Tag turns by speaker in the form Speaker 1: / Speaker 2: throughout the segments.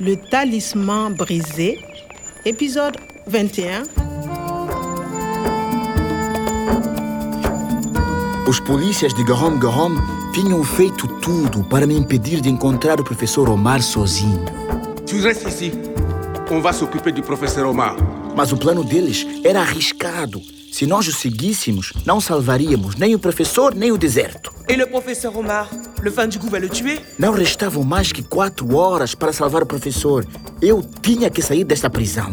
Speaker 1: Le talisman brisé, épisode 21.
Speaker 2: Os polícias de Gorom Gorom tinham feito tudo para me impedir de encontrar o professor Omar sozinho.
Speaker 3: Tu restes ici. On va s'occuper du professeur Omar.
Speaker 2: Mas o plano deles era arriscado. Se nós o seguíssemos, não salvaríamos nem o professor nem o deserto.
Speaker 4: Et le professeur Omar, le fan du goût va le tuer
Speaker 2: Não restavam mais que quatro horas para salvar o professor. Eu tinha que sair desta prisão.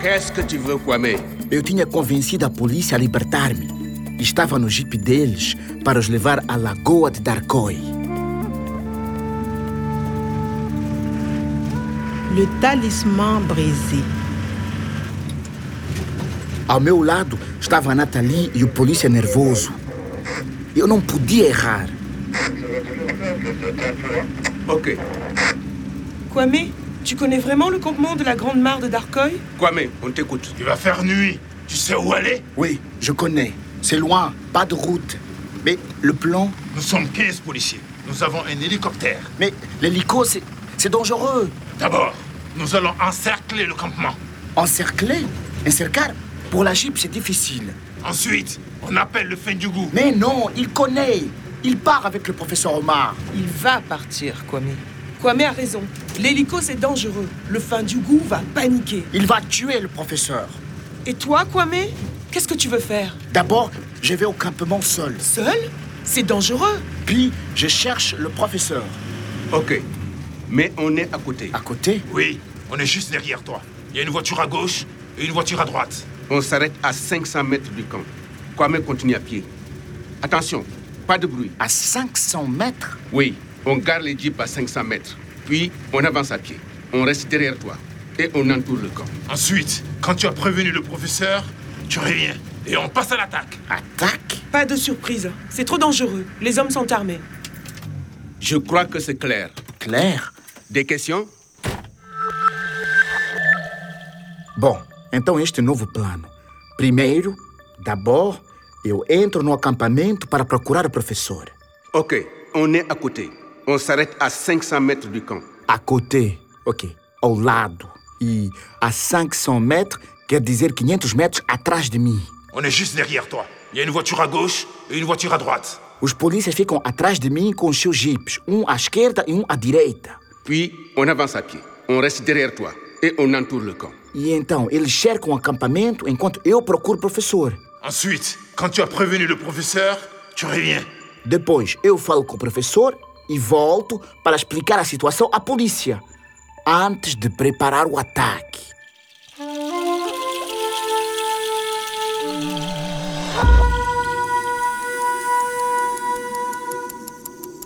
Speaker 3: Qu'est-ce que tu veux, Kwame
Speaker 2: Eu tinha convencido a polícia a libertar-me. Estava no jipe deles para os levar à Lagoa de Darkoi.
Speaker 1: Le talisman brisé.
Speaker 2: Ao meu lado estava a Nathalie e o polícia nervoso. Eu não podia errar.
Speaker 3: Ok.
Speaker 4: Kwame, tu connais vraiment le campement de la Grande Mare de Darkoy
Speaker 3: Kwame, on t'écoute.
Speaker 5: Il va faire nuit. Tu sais où aller
Speaker 2: Oui, je connais. C'est loin, pas de route. Mais le plan
Speaker 5: Nous sommes 15 policiers. Nous avons un hélicoptère.
Speaker 2: Mais l'hélico, c'est c'est dangereux.
Speaker 5: D'abord, nous allons encercler le campement.
Speaker 2: Encercler, encercar, pour la Jeep, c'est difficile.
Speaker 5: Ensuite, on appelle le fin du goût.
Speaker 2: Mais non, il connaît. Il part avec le professeur Omar.
Speaker 4: Il va partir, Kwame. Kwame a raison. L'hélico, c'est dangereux. Le fin du goût va paniquer.
Speaker 2: Il va tuer le professeur.
Speaker 4: Et toi, Kwame Qu'est-ce que tu veux faire
Speaker 2: D'abord, je vais au campement seul.
Speaker 4: Seul C'est dangereux.
Speaker 2: Puis, je cherche le professeur.
Speaker 3: Ok. Mais on est à côté.
Speaker 2: À côté,
Speaker 5: Oui, on est juste derrière toi. Il y a une voiture à gauche et une voiture à droite.
Speaker 3: On s'arrête à 500 mètres du camp. Kwame continue à pied. Attention, pas de bruit.
Speaker 2: à 500 mètres,
Speaker 3: Oui, on garde les jeeps à 500 mètres. Puis, on avance à pied. On reste derrière toi. Et on entoure le camp.
Speaker 5: Ensuite, quand tu as prévenu le professeur, tu reviens et on passe à l'attaque.
Speaker 2: attaque.
Speaker 4: Pas de surprise. C'est trop dangereux. Les hommes sont armés.
Speaker 3: Je crois que c'est clair.
Speaker 2: Claire.
Speaker 3: Des questions
Speaker 2: Bom, então este novo plano. Primeiro, d'abord, eu entro no acampamento para procurar o professor.
Speaker 3: Ok, on est à côté. On s'arrête à 500 mètres du camp.
Speaker 2: À côté, ok, ao lado. E a 500 metros quer dizer 500 metros atrás de mim.
Speaker 5: On est juste derrière toi. Il y a une voiture à gauche et une voiture à droite.
Speaker 2: Os polícias ficam atrás de mim com os seus jipes, um à esquerda e um à direita.
Speaker 3: Puis, on avance à pied. On reste derrière toi. Et on entoure le camp.
Speaker 2: E então eles cercam o acampamento enquanto eu procuro o professor.
Speaker 5: Ensuite, quand tu as prévenu le professeur, tu reviens.
Speaker 2: Depois eu falo com o professor e volto para explicar a situação à polícia antes de preparar o ataque.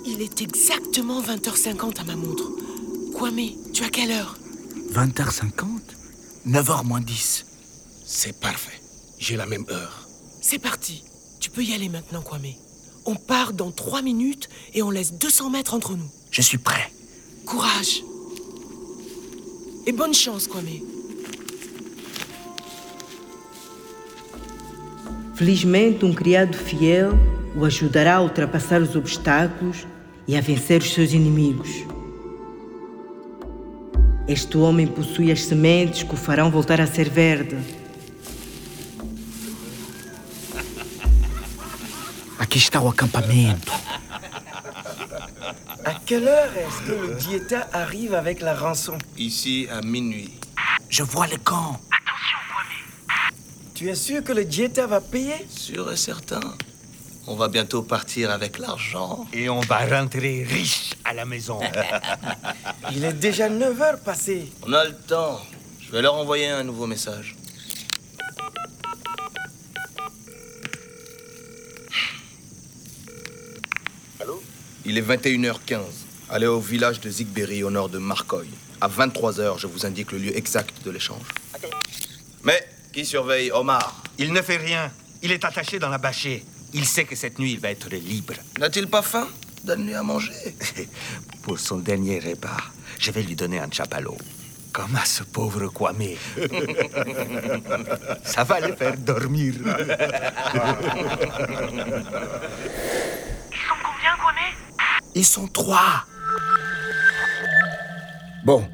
Speaker 4: Il est exactement 20h50 à ma montre. Kwame, tu as quelle heure
Speaker 2: 20h50 9h moins 10.
Speaker 3: C'est parfait. J'ai la même heure.
Speaker 4: C'est parti. Tu peux y aller maintenant, Kwame. On part dans 3 minutes et on laisse 200 mètres entre nous.
Speaker 2: Je suis prêt.
Speaker 4: Courage. Et bonne chance, Kwame.
Speaker 6: Felizmente, um criado fiel o ajudará a ultrapassar os obstáculos e a vencer os seus inimigos. Este homem possui as sementes que o farão voltar a ser verde.
Speaker 2: Aqui está o acampamento.
Speaker 7: À quelle heure est-ce que
Speaker 8: Euh.
Speaker 7: le diéta arrive avec la rançon
Speaker 3: Ici, à minuit.
Speaker 2: Je vois le camp.
Speaker 7: Tu es sûr que le diéta va payer
Speaker 8: Sûr et certain. On va bientôt partir avec l'argent.
Speaker 9: Et on va rentrer riche à la maison.
Speaker 7: Il est déjà 9 heures passées.
Speaker 8: On a le temps. Je vais leur envoyer un nouveau message. Il est 21h15. Allez au village de Zigberry au nord de Marcoy. À 23h, je vous indique le lieu exact de l'échange. Mais qui surveille Omar
Speaker 9: Il ne fait rien. Il est attaché dans la bâchée. Il sait que cette nuit, il va être libre.
Speaker 8: N'a-t-il pas faim Donne-lui à manger.
Speaker 9: Pour son dernier repas, je vais lui donner un chapalot. Comme à ce pauvre Kwame. Ça va le faire dormir.
Speaker 2: Ils sont trois. Bom,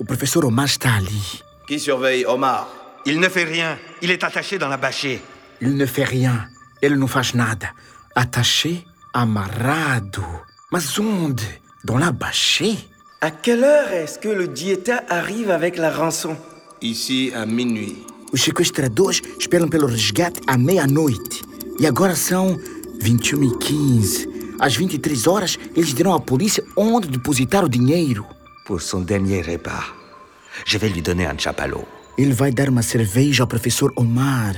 Speaker 2: o professeur Omar está ali.
Speaker 8: Qui surveille Omar
Speaker 9: Il ne fait rien. Il est attaché dans la bâchée.
Speaker 2: Il ne fait rien. Ele não faz nada. Attaché, amarrado. Mas onde? Dans la bâchée?
Speaker 7: À quelle heure est-ce que le diéta arrive avec la rançon
Speaker 8: Ici à minuit.
Speaker 2: Os sequestradores esperam pelo resgate à meia-noite. E agora são 21 e 15. Às 23 horas, eles dirão à polícia onde depositar o dinheiro.
Speaker 9: Pour son dernier repas, je vais lui donner un chapalot.
Speaker 2: Ele vai dar uma cerveja ao professor Omar.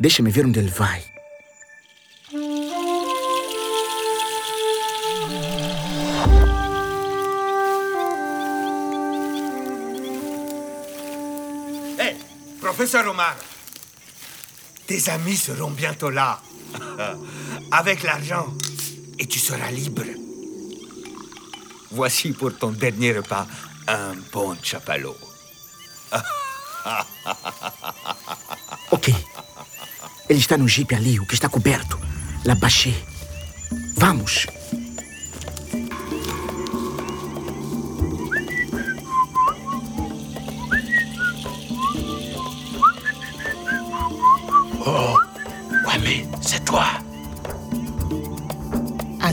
Speaker 2: Deixa-me ver onde ele vai.
Speaker 9: Hé, professeur Omar, tes amis seront bientôt là. Avec l'argent, et tu seras libre. Voici pour ton dernier repas un bon chapalot.
Speaker 2: Ok. Ele está no jipe ali, o que está coberto. La bâchée. Vamos.
Speaker 5: Kwame, c'est toi.
Speaker 1: À